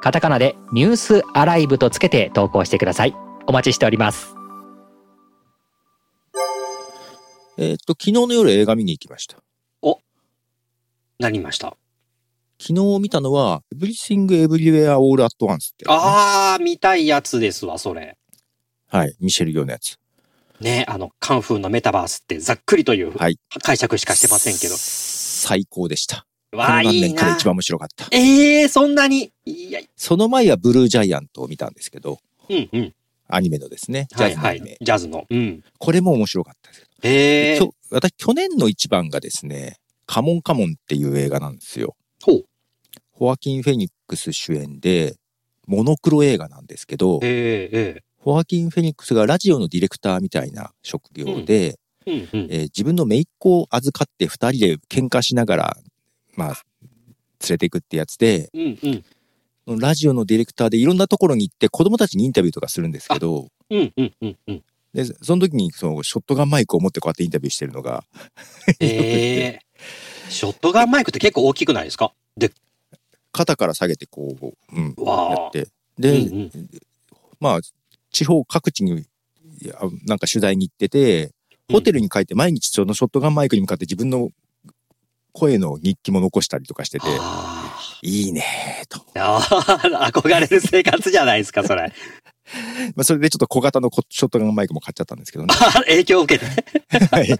カタカナでニュースアライブとつけて投稿してくださいお待ちしておりますえーっと、昨日の夜映画見に行きました。なりました。昨日見たのは、Everything Everywhere All at Once ってやつね、あー、見たいやつですわ、それ。はい。ミシェル・ヨーのやつ。ね、あの、カンフーのメタバースってざっくりという、はい解釈しかしてませんけど。最高でした。こわあ、の何いい年かでな一。番面白かった。ええー、そんなに。いや、その前はブルージャイアントを見たんですけど、うんうん。アニメのですね。ジはいャズのはアニメ。い。ジャズの。うん。これも面白かったです。ええきょ私、去年の一番がですね、カモンカモンっていう映画なんですよ。ほう。ホアキン・フェニックス主演で、モノクロ映画なんですけど、えホアキン・フェニックスがラジオのディレクターみたいな職業で、えええうんうん。えー自分の姪っ子を預かって二人で喧嘩しながら、まあ、連れていくってやつで、うんうん。ラジオのディレクターでいろんなところに行って子供たちにインタビューとかするんですけど、うんうんうんうん。で、その時にそのショットガンマイクを持ってこうやってインタビューしてるのが、ええ ショットガンマイクって結構大きくないですかで、肩から下げてこう、うん、やわっあ。て。うんうで、ん。まあ、地方各地に、いやなんか取材に行ってて、ホテルに帰って毎日そのショットガンマイクに向かって自分の声の日記も残したりとかしてて、あいいねーと。ーあー、憧れる生活じゃないですか、そ れ。まあ、それでちょっと小型のこショットガンマイクも買っちゃったんですけ どね。影響を受けて。はい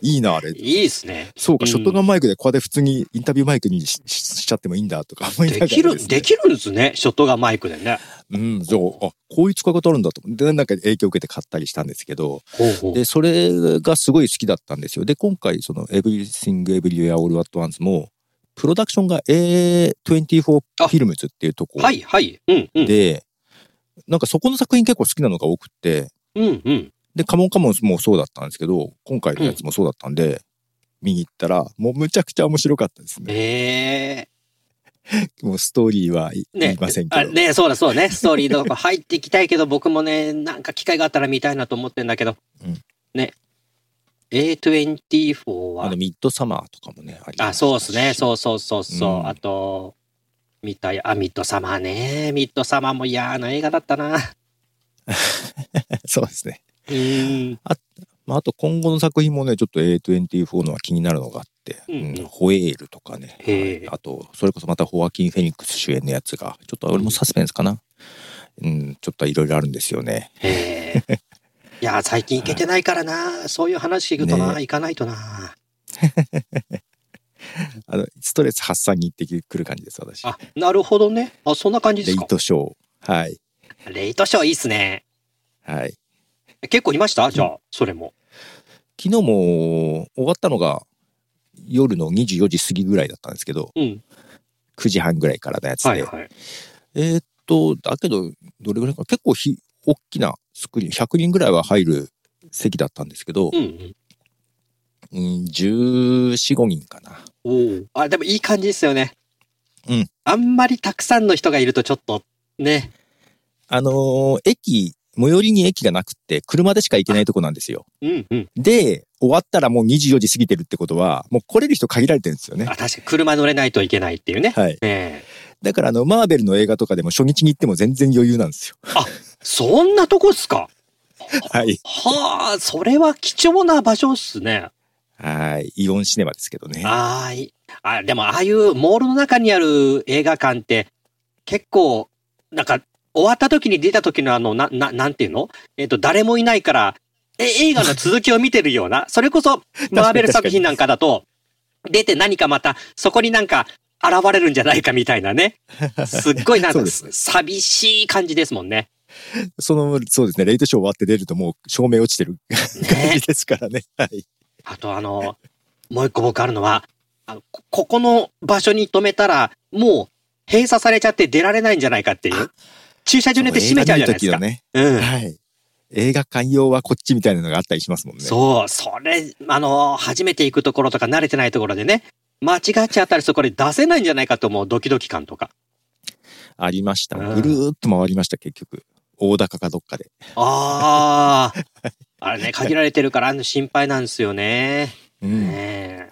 いいな、あ れ。いいですね。そうか、うんショットガンマイクでこうやって普通にインタビューマイクにしししちゃってもいいんだとか思いながらできる、すねできるんですね、ショットガンマイクでね。うん、そう、あ、こういう使い方あるんだと思って。で、なんか影響を受けて買ったりしたんですけど、ほうほう。で、それがすごい好きだったんですよ。で、今回、その Everything Everywhere All at Once も、プロダクションが A24 フあィルムズっていうとこはいはい。うんうん。で、なんかそこの作品結構好きなのが多くって、うんうん。で、カモンカモンもそうだったんですけど、今回のやつもそうだったんで、見に行ったら、もうむちゃくちゃ面白かったですね。えもうストーリーはいえ言ねいませんけあど。ねそうだそうだね。ストーリーのとこ入っていきたいけど、僕もね、なんか機会があったら見たいなと思ってんだけど。うんね。A24 あはの、、ミッドサマーとかもね、ありまあ、したしそうですね。そうそうそうそう。うんあと、見たい。あ、ミッドサマーね。ミッドサマーも嫌な映画だったな。そうですね。うん。まあ、あと今後の作品もね、ちょっと A24 のは気になるのがあって、うんうんうんホエールとかね、へえはいあと、それこそまたホアキン・フェニックス主演のやつが、ちょっと俺もサスペンスかな。うん、ちょっといろいろあるんですよね。え えいや、最近行けてないからな。そういう話聞くとな、ね行かないとな。あの、ストレス発散に行ってくる感じです、私。あ、なるほどね。あ、そんな感じでレすイか。トショー。はい。レイトショーいいっすね。はい。結構いましたじゃあ、それも。昨日も終わったのが夜の24時過ぎぐらいだったんですけどうん。 9時半ぐらいからのやつで、はいはい。えーっとだけどどれぐらいか結構ひ大きなスクリーン100人ぐらいは入る席だったんですけど、うんうん。うん、1415人かなおお。あ、でもいい感じですよね。うん。あんまりたくさんの人がいるとちょっと、ね。あのー駅最寄りに駅がなくって車でしか行けないとこなんですようんうん。で終わったらもう24時過ぎてるってことはもう来れる人限られてるんですよねあ、確かに車乗れないといけないっていうね。はいええだからあのマーベルの映画とかでも初日に行っても全然余裕なんで すよそんなとこっすかはいはあ、それは貴重な場所っすね。はいイオンシネマですけどねあーい。あ、でもああいうモールの中にある映画館って、結構、なんか、終わった時に出た時のあの、な、な、なんていうのえっ、と、誰もいないから、え、映画の続きを見てるよう な、それこそ、マーベル作品なんかだと、出て何かまた、そこになんか、現れるんじゃないかみたいな ね。すっごいなんそうか、ですね寂しい感じですもんね。その、そうですね、レイトショー終わって出るともう照明落ちてる感ねじですからね。はい。あとあの、もう一個僕あるのは、あのこここの場所に止めたら、もう閉鎖されちゃって出られないんじゃないかっていう。駐車場によって閉めちゃうじゃないですか。映うん画見る時のね、。はい。映画館用はこっちみたいなのがあったりしますもんね。そう、それ、あの、初めて行くところとか慣れてないところでね、間違っちゃったりそこで出せないんじゃないかと思うドキドキ感とか。ありました。うんぐるーっと回りました、結局。大高かどっかで。ああ、あれね、限られてるからあの心配なんですよね。うん。ね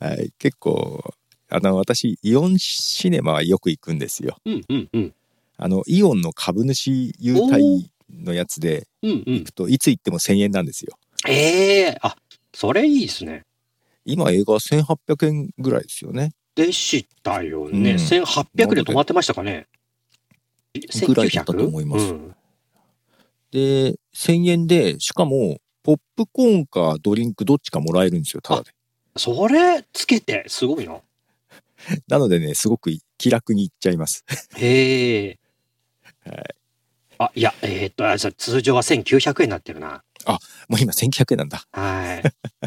はい。結構、あの、私、イオンシネマはよく行くんですよ。えうんうんうん。あの、イオンの株主優待のやつで、うんうん行く。といつ行っても1000円なんですよ。ええあ、それいいですね。今映画1800円ぐらいですよね。でしたよね。うん1800で止まってましたかね。ぐらいだったと思いますうんで、1000円で、しかも、ポップコーンかドリンクどっちかもらえるんですよ、ただで。それつけて、すごいな。なのでね、すごく気楽に行っちゃいます。へえ。はいあ、いや、えーっと、あじゃあ通常は1900円になってるな。もう今1900円なんだ。 は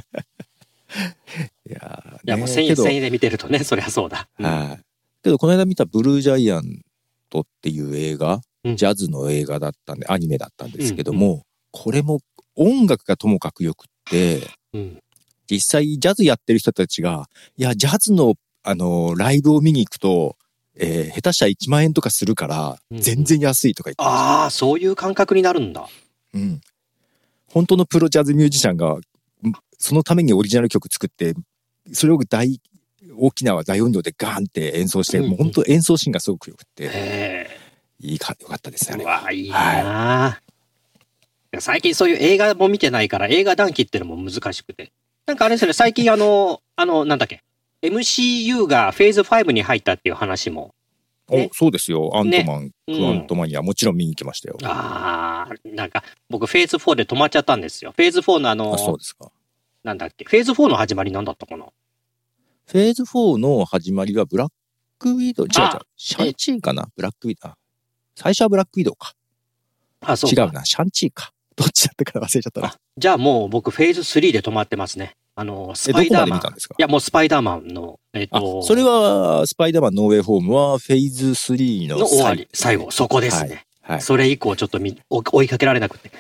い。いやいや、もう1000円、けど1000円で見てるとね、そりゃそうだ。うんはい。けど、この間見たブルージャイアントっていう映画、うんジャズの映画だったんで、アニメだったんですけども、これも音楽がともかくよくって、うん。実際ジャズやってる人たちが、いや、ジャズの、あの、ライブを見に行くと、えー下手したら1万円とかするから、うん全然安いとか言ってましああ、そういう感覚になるんだ。た、うん本当のプロジャズミュージシャンが、んそのためにオリジナル曲作って、それを大、大きな大音量でガーンって演奏して、うんうんもう本当演奏シーンがすごくよくって、へいいか、よかったですえ。ね、あうれわ、いいな、いや最近そういう映画も見てないから、映画談義ってのも難しくて。なんかあれですよね、最近あの、あの、なんだっけ。MCU がフェーズ5に入ったっていう話も。ねお、そうですよ。アントマン、うクアンんトマニア、もちろん見に行きましたよ。ああ、なんか、僕、フェーズ4で止まっちゃったんですよ。フェーズ4のあのあ、、そうですか。なんだっけ、フェーズ4の始まりなんだったかなフェーズ4の始まりはブラックウィドウ、違う違あう、シャンチーかなブラックウィドウ、あ最初はブラックウィドウか。あ、そう違か。うな、シャンチーか。 どっちだったか忘れちゃったなあ。じゃあもう僕、フェーズ3で止まってますね。あの、スえ、パどイこダーまでマン。見いたんですかや、もうスパイダーマンの、えっ、あと、、それは、スパイダーマンノーウェイホームは、フェーズ3のの終わり、最最後後、そこですね。はい。それ以降、ちょっとみ追追いかけられなくて。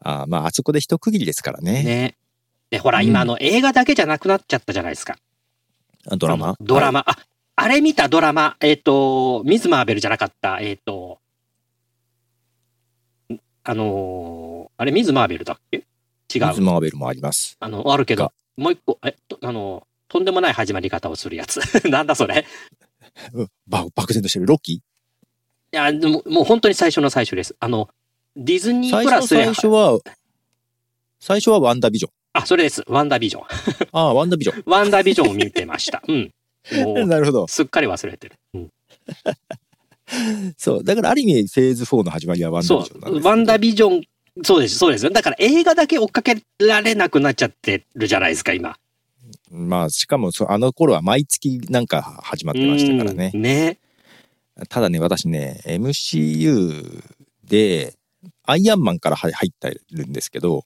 あまあ、あそこで一区切りですからね。ね。で、ほら、うん今、あの、映画だけじゃなくなっちゃったじゃないですか。あドラマあのドラマ。マ。あ、あれ見たドラマ、えっ、と、ミズ・マーベルじゃなかった、えっ、と、んあのーあれ、ミズ・マーベルだっけ違はいミズ・う。マーベルもあります。あの、あるけどが、もう一個、え、とあの、とんでもない始まり方をするやつ。 なんだそれうんば漠然としてる。ロキいや、でも、もう本当に最初の最初です。あの、ディズニー最プ初ラのス最初は、最初はワンダービジョン。あ、それです。ワンダービジョン。ああ、ワンダービジョワンダービジョンを見てました。 うん。も ン。う、なるほど。すっかり忘れてる。うん、そう。だからある意味、フェーズ4の始まりはワンダーそビジョンなんでう、すワンダービジョン、そうです、そうです。だから映画だけ追っかけられなくなっちゃってるじゃないですか、今。まあ、しかもそ、あの頃は毎月なんか始まってましたからねう。んね。ただね、私ね、MCU で、アイアンマンから入入ってるんですけど、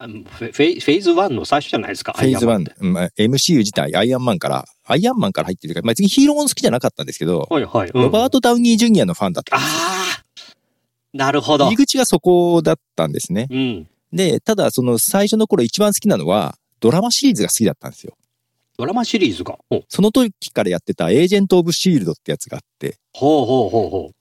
あのフェフェフェーズ1の最初じゃないですか。フェーズアイアンマンって1、うんまあ MCU 自体、アイアンマンから、アイアンマンから入ってるから、まあ、別にヒーローもの好きじゃなかったんですけど、はいはい。うんロバート・ダウニー・ジュニアのファンだった。ああなるほど入り。口がそこだったんですね。うん。で、ただ、その最初の頃一番好きなのは、ドラマシリーズが好きだったんですよ。ドラマシリーズが。ほうその時からやってた、エージェント・オブ・シールドってやつがあって、ほうほうほうほう。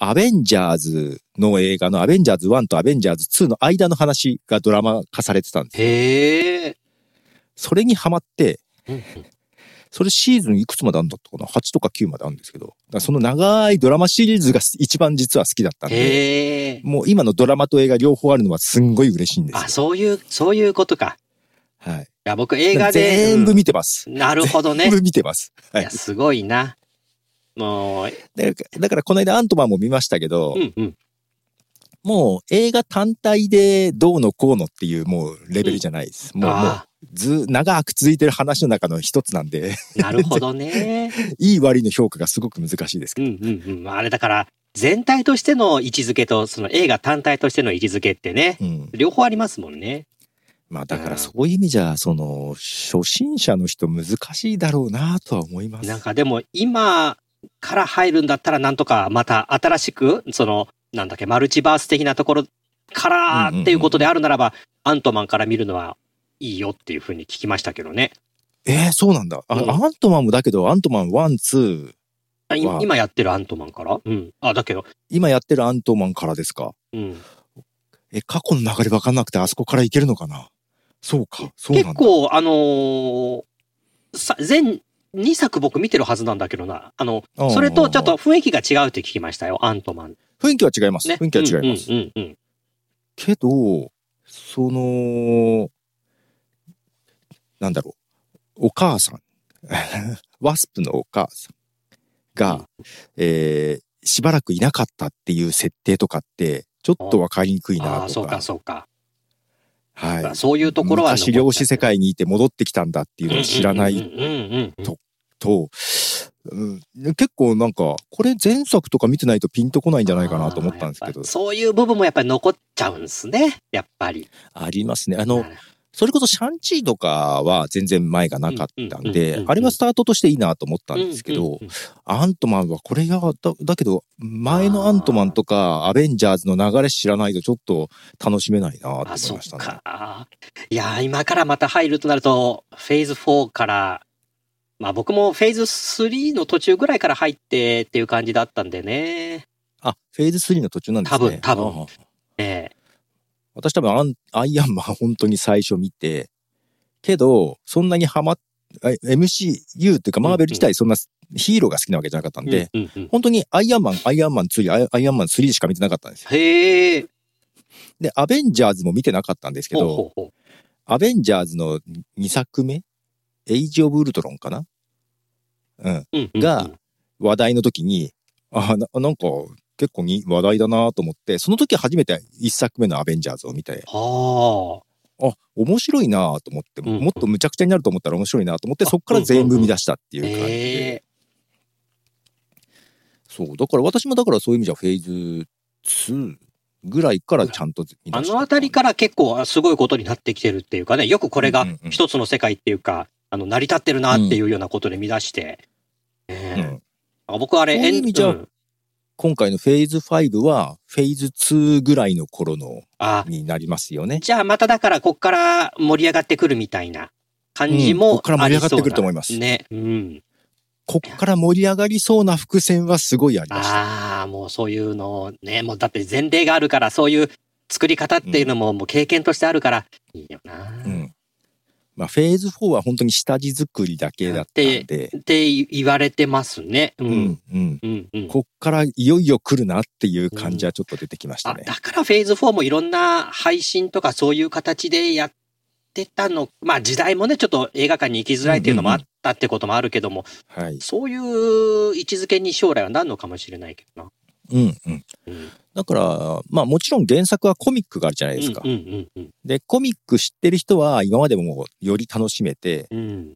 アベンジャーズの映画のアベンジャーズ1とアベンジャーズ2の間の話がドラマ化されてたんです。へえ。それにハマって、うんうんそれシーズンいくつまであるんだったかな ?8 とか9まであるんですけど、だからその長いドラマシリーズが一番実は好きだったんで、へえ。もう今のドラマと映画両方あるのはすんごい嬉しいんですよあ、。そういう、そういうことか。はい。いや、僕映画で。全部見てます。うんなるほどね。全い部見てます。はいや、。すごいな。もう、だから、だからこの間アントマンも見ましたけどう、んうん。もう映画単体でどうのこうのっていうもうレベルじゃないです。もう、もうあず、長く続いてる話の中の一つなんで、 あ、なるほどね。いい割の評価がすごく難しいですけうど。んうんうん。あれだから、全体としての位置づけと、その映画単体としての位置づけってね、うん、両方ありますもんね。まあだからそういう意味じゃ、その、初心者の人難しいだろうなとは思います。なんかでも今、から入るんだったら、なんとかまた新しく、その、なんだっけ、マルチバース的なところからうんうんうんっていうことであるならば、アントマンから見るのはいいよっていうふうに聞きましたけどね。えー、そうなんだ。あうんアントマンもだけど、アントマン1、2、あいわあ今やってるアントマンからうん。あ、だけど、今やってるアントマンからですか。うん。え、過去の流れ分かんなくて、あそこからいけるのかなそうか、そうなんだ。結構、あのーさ、全2作僕見てるはずなんだけどな。あの、うんうんうんそれとちょっと雰囲気が違うって聞きましたよ、アントマン。雰囲気は違います。ね。雰囲気は違います。うんうんうんうん。けど、その、なんだろう、お母さん、 ワスプのお母さんが、えーしばらくいなかったっていう設定とかって、ちょっとわかりにくいああなー、とそうか、かそうか。はい。そういうところは残っちゃ昔う。漁師世界にいて戻ってきたんだっていうのを知らなうんいうんうんうんとと、うん、結構なんか、これ前作とか見てないとピンとこないんじゃないかなと思ったんですけあーやっぱどり、そういう部分もやっぱり残っちゃうんですね、やっぱり。ありますね。あうの、それこそシャンチーとかは全然前がなかったんうんうんうんうでん、あれはスタートとしていいなと思ったんですけうんうんどう、んアントマンはこれが、だだけど、前のアントマンとかアベンジャーズの流れ知らないとちょっと楽しめないなと思いまあ、そっしたね。か。いやー、今からまた入るとなると、フェーズ4から、まあ僕もフェーズ3の途中ぐらいから入ってっていう感じだったんでね。あ、フェーズ3の途中なんです多ね。分多分ああええ私多分アンアイアンマン本当に最初見て、けど、そんなにハマっ、あ MCU っていうかマーベル自体そんなヒーローが好きなわけじゃなかったんで、うんうんうん本当にアイアンマン、アイアンマン2、アイアイアンマン3しか見てなかったんですよ。へえ。で、アベンジャーズも見てなかったんですけほうど、ほうほう。アベンジャーズの2作目、エイジ・オブ・ウルトロンかなうん。うんうんうんが、話題の時に、あななんか結構に話題だなと思って、その時初めて1作目のアベンジャーズを見て、はあ、面白いなと思って、うんもっとむちゃくちゃになると思ったら面白いなと思って、あそこから全部生み出したっていあ。う感じで。へえ。そう。だから私もだからそういう意味じゃフェーズ2ぐらいからちゃんと見あ出した。のあたりから結構あすごいことになってきてるっていうかね、よくこれがうんうんうん一つの世界っていうか、あの、成り立ってるなっていうようなことで見出して。ねうえんあ僕あれ、そういう意味じゃエンうん今回のフェーズ5は、フェーズ2ぐらいの頃のあ、になりますよね。じゃあまただからこっから盛り上がってくるみたいな感じうんもこっから盛り上がってくると思いあまりそすうなね。うん。こっから盛り上がりそうな伏線はすごいありました。ああ、もうそういうのをね、もうだって前例があるから、そういう作り方っていうのももう経験としてあるから、いいよな、うっん。まあ、フェーズ4は本当に下地作りだけだったんで、て言われてますね。う。うんん、うん。うん、うん。こっからいよいよ来るなっていう感じはちょっと出てきましたあ、ね。だからフェーズ4もいろんな配信とかそういう形でやってたの。まあ時代もね、ちょっと映画館に行きづらいっていうのもあったってこともあるけども、はい。そういう位置づけに将来はなるのかもしれないけどな。うん、うん。うんだから、まあもちろん原作はコミックがあるじゃないですか。うんうんうんで、コミック知ってる人は今までもより楽しめて、うんうん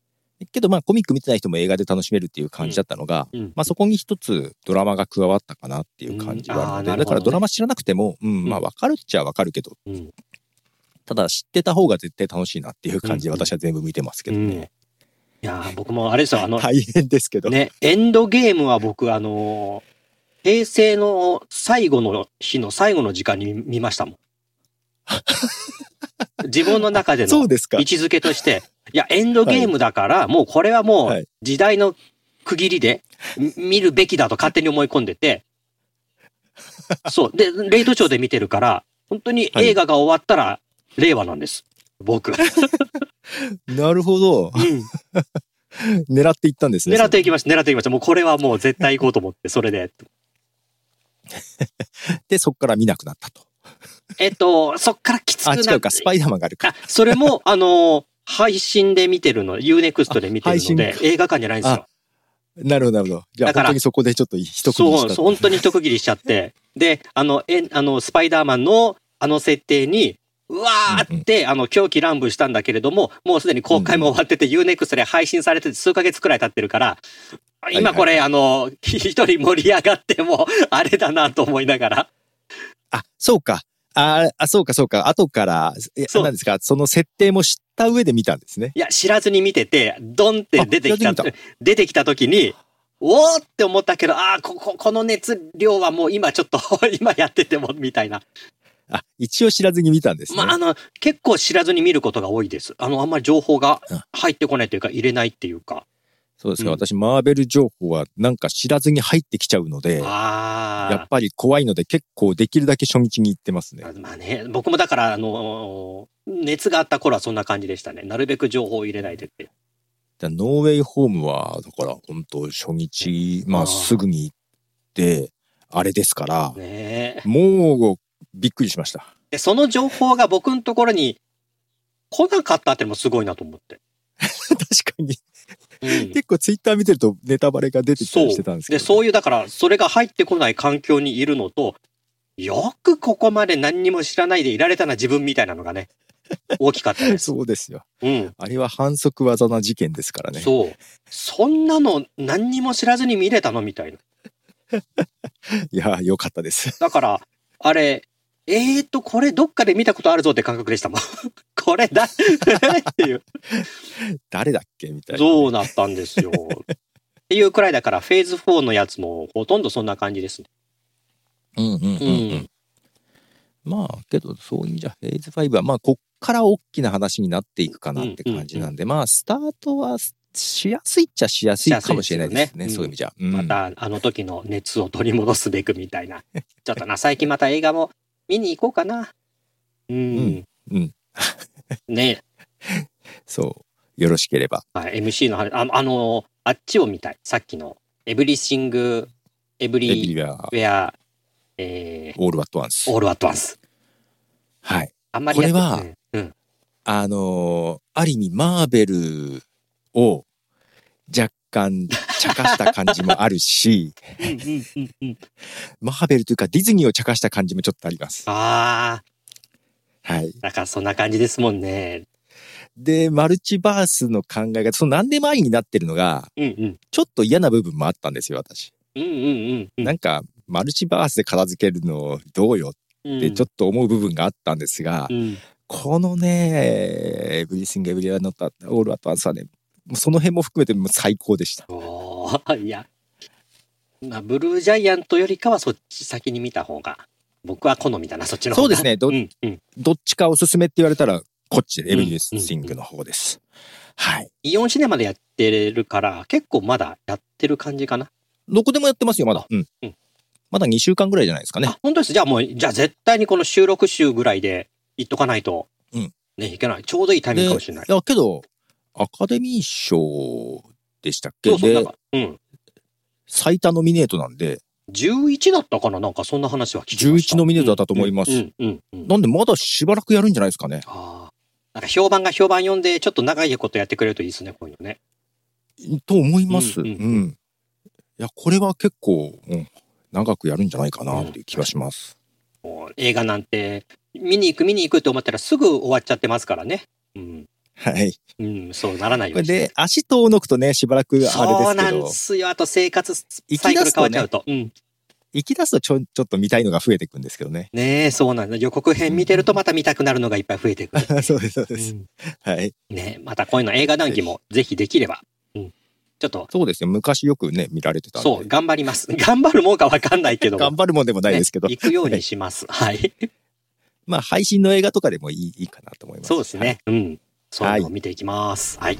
けどまあコミック見てない人も映画で楽しめるっていう感じだったのが、うん。まあそこに一つドラマが加わったかなっていう感じうんあはあるので、ーなるほどねだからドラマ知らなくても、うん、んまあわかるっちゃわかるけど、うんただ知ってた方が絶対楽しいなっていう感じで私は全部見てますけどうんね。いやー僕もあれですよ、あの、大変ですけど。ね、エンドゲームは僕、あのー平成の最後の日の最後の時間に見ま したもん。自分の中でのそう位ですか。置づけとして、いや、エンドゲームだから、もうこれはもはうい時代の区切りでみ見るべきだと勝手に思い込んで て、そう。で、レイトショーで見てるから、本当に映画が終わったら令和なんです。 僕。なるほど。うん狙っていったんですね。狙っていきました、狙っていきました。もうこれはもう絶対行こうと思って、それで。で、そこから見なくなったと。えっと、そっからきつくなあ、っ違うか、スパイダーマンがあるか。あそれも、あの、配信で見てるの、UNEXT で見てるのあ配で、映画館じゃないんですよ。なるほど、なるほど。じゃあだから本当にそこでちょっと一区切りそしう、そたうと。本当に一区切りしちゃって。で、あの、えんあの、スパイダーマンのあの設定に、うわーって、あの、狂気乱舞したんだけれども、もうすでに公開も終わってて、UNEXT で配信されてて数ヶ月くらい経ってるから、いはい今これ、あの、一人盛り上がっても、 あれだなと思いながら。あ、そうか。あ、あそうか、そうか。後から、えそう何ですか、その設定も知った上で見たんですね。いや、知らずに見てて、ドンって出てきあた知らずに見、出てきた時に、おーって思ったけど、ああ、ここ、この熱量はもう今ちょっと、 今やってても、みたいな。あ、一応知らずに見たんですね。まあ、あの、結構知らずに見ることが多いです。あの、あんまり情報が入ってこないというか、入れないっていうか。そうですか、うん私、マーベル情報はなんか知らずに入ってきちゃうので、やっあぱり怖いので結構できるだけ初日に行ってますねあ。。まあね、僕もだから、あのー熱があった頃はそんな感じでしたね。なるべく情報を入れないでって。だノーウェイホームは、だから本当初日、まああーすぐに行って、あれですから、ねえもうびっくりしました。 で、その情報が僕のところに来なかったってのもすごいなと思って。確かに。うん 結構ツイッター見てるとネタバレが出てきたりしてたんですけど、で、そういう、だから、それが入ってこない環境にいるのと、よくここまで何にも知らないでいられたな自分みたいなのがね、大きかったです。 そうですよ。うん。あれは反則技な事件ですからね。そう。そんなの何にも知らずに見れたのみたいな。いやー、よかったです。 だから、あれ、えーと、これどっかで見たことあるぞって感覚でしたもん。 これだ、 っていう。誰だっけみたいな。そうなったんですよ。っていうくらいだから、フェーズ4のやつもほとんどそんな感じですね。うんうんうん、ううんん。まあけどそういう意味じゃフェーズ5はまあこっから大きな話になっていくかなって感じなんで、まあスタートはしやすいっちゃしやすいかもしれないですねしやすいですよねそういう意味じゃ、うんまた、あの時の熱を取り戻すべくみたいな。ちょっとな、最近また映画も見に行こうかな。うん。うん。ねそうよろしければはい、MC の話、ああの、あっちを見たい。さっきの、エブリシング、エブエリビはウェア、えーオールワットワンスオールアットワンス。はいあんまりやっこれはうんうん。あのーある意味マーベルを若干茶化した感じもある しマーベルというかディズニーを茶化した感じもちょっとありますああ、はいなんかそんな感じですもんね。でマルチバースの考え方その何でもありになってるのがうんうん。ちょっと嫌な部分もあったんですよ、私。うんうんうん。なんか、マルチバースで片付けるのどうよっうんてちょっと思う部分があったんですが、うんこのね、エブリシング・エブリア・ノット・オール・アット・アンスはね、もうその辺も含めてもう最高でした。おーいや、まあ、ブルージャイアントよりかはそっち先に見た方が、僕は好みだな、そっちの方そうが。ですね、どうんうん。どっちかおすすめって言われたら、こっちで、エブリシンうグの方です。はい。イオンシネマでやってるから、結構まだやってる感じかな。どこでもやってますよ、まだ。うんうん。まだ2週間ぐらいじゃないですかね。あ、本当です。じゃあもう、じゃあ絶対にこの収録週ぐらいで行っとかないと、うんね、いけない。ちょうどいいタイミングかもしれない。いや、けど、アカデミー賞でしたっけそうそう、なんでか、うん。最多ノミネートなんで、 11だったかななんかそんな話は聞きました。 11ノミネートだったと思いますうん、うん、うんうん。なんでまだしばらくやるんじゃないですかね。ああ。なんか評判が評判読んで、ちょっと長いことやってくれるといいですね、こういうのね。と思います。ううんん、うんいや、これは結構、うん、長くやるんじゃないかなっていう気がします。もう映画なんて、見に行く見に行くって思ったらすぐ終わっちゃってますからね。うん。はい。うん、そうならないようにしないで、足遠のくとね、しばらくそあうれでなすけんど、すよ。あと生活サイクル変わっちゃうと。うん。。行き出すとちょちょっと見たいのが増えていくんですけどね ねえ、そうなんだ。予告編見てるとまた見たくなるのがいっぱい増えてくる。 そうです、そうでうす。んはい。ねえ、またこういうの映画談義もぜひできれば。うん。ちょっと、そうですよ。昔よくね、見られてたんで。そう、頑張ります。 頑張るもんかわかんないけども。頑張るもんでもないですけど、ね行くようにします。はい。まあ、配信の映画とかでもいいいいかなと思います。そうですね。うん。そういうのを見ていきます。はい。